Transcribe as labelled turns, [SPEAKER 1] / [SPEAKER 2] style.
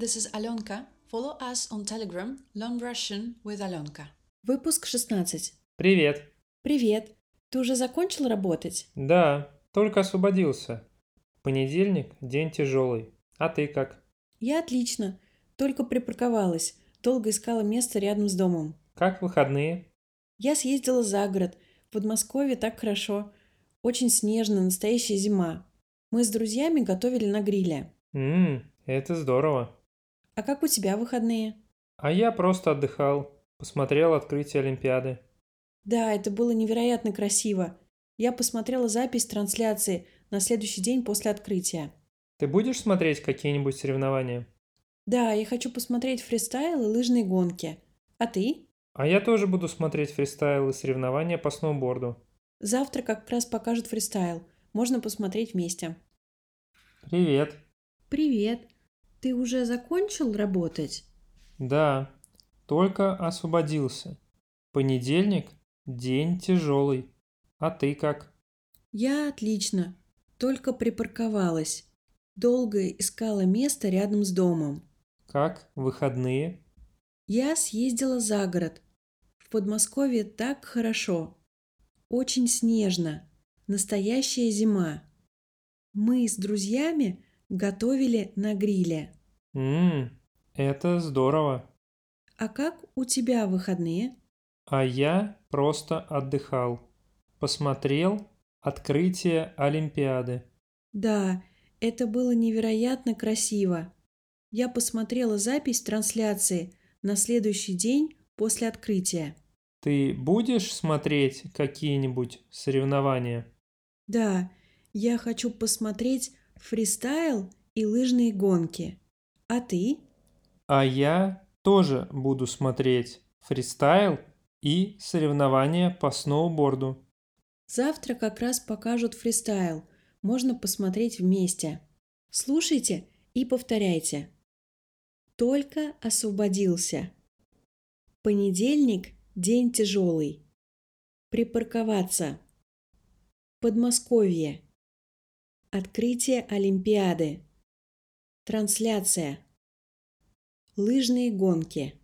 [SPEAKER 1] This is Alonka. Follow us on Telegram. Learn Russian with Alonka.
[SPEAKER 2] Выпуск 16.
[SPEAKER 3] Привет.
[SPEAKER 2] Привет. Ты уже закончил работать?
[SPEAKER 3] Да, только освободился. Понедельник, день тяжелый. А ты как?
[SPEAKER 2] Я отлично. Только припарковалась. Долго искала место рядом с домом.
[SPEAKER 3] Как выходные?
[SPEAKER 2] Я съездила за город. В Подмосковье так хорошо. Очень снежно, настоящая зима. Мы с друзьями готовили на гриле.
[SPEAKER 3] Ммм, это здорово.
[SPEAKER 2] А как у тебя выходные?
[SPEAKER 3] А я просто отдыхал. Посмотрел открытие Олимпиады.
[SPEAKER 2] Да, это было невероятно красиво. Я посмотрела запись трансляции на следующий день после открытия.
[SPEAKER 3] Ты будешь смотреть какие-нибудь соревнования?
[SPEAKER 2] Да, я хочу посмотреть фристайл и лыжные гонки. А ты?
[SPEAKER 3] А я тоже буду смотреть фристайл и соревнования по сноуборду.
[SPEAKER 2] Завтра как раз покажут фристайл. Можно посмотреть вместе.
[SPEAKER 3] Привет.
[SPEAKER 2] Привет. Ты уже закончил работать?
[SPEAKER 3] Да, только освободился. Понедельник, день тяжелый. А ты как?
[SPEAKER 2] Я отлично. Только припарковалась. Долго искала место рядом с домом.
[SPEAKER 3] Как выходные?
[SPEAKER 2] Я съездила за город. В Подмосковье так хорошо. Очень снежно. Настоящая зима. Мы с друзьями готовили на гриле.
[SPEAKER 3] Ммм, это здорово.
[SPEAKER 2] А как у тебя выходные?
[SPEAKER 3] А я просто отдыхал. Посмотрел открытие Олимпиады.
[SPEAKER 2] Да, это было невероятно красиво. Я посмотрела запись трансляции на следующий день после открытия.
[SPEAKER 3] Ты будешь смотреть какие-нибудь соревнования?
[SPEAKER 2] Да, я хочу посмотреть фристайл и лыжные гонки. А ты?
[SPEAKER 3] А я тоже буду смотреть фристайл и соревнования по сноуборду.
[SPEAKER 2] Завтра как раз покажут фристайл. Можно посмотреть вместе. Слушайте и повторяйте. Только освободился. Понедельник – день тяжелый. Припарковаться. Подмосковье. Открытие Олимпиады. Трансляция. Лыжные гонки.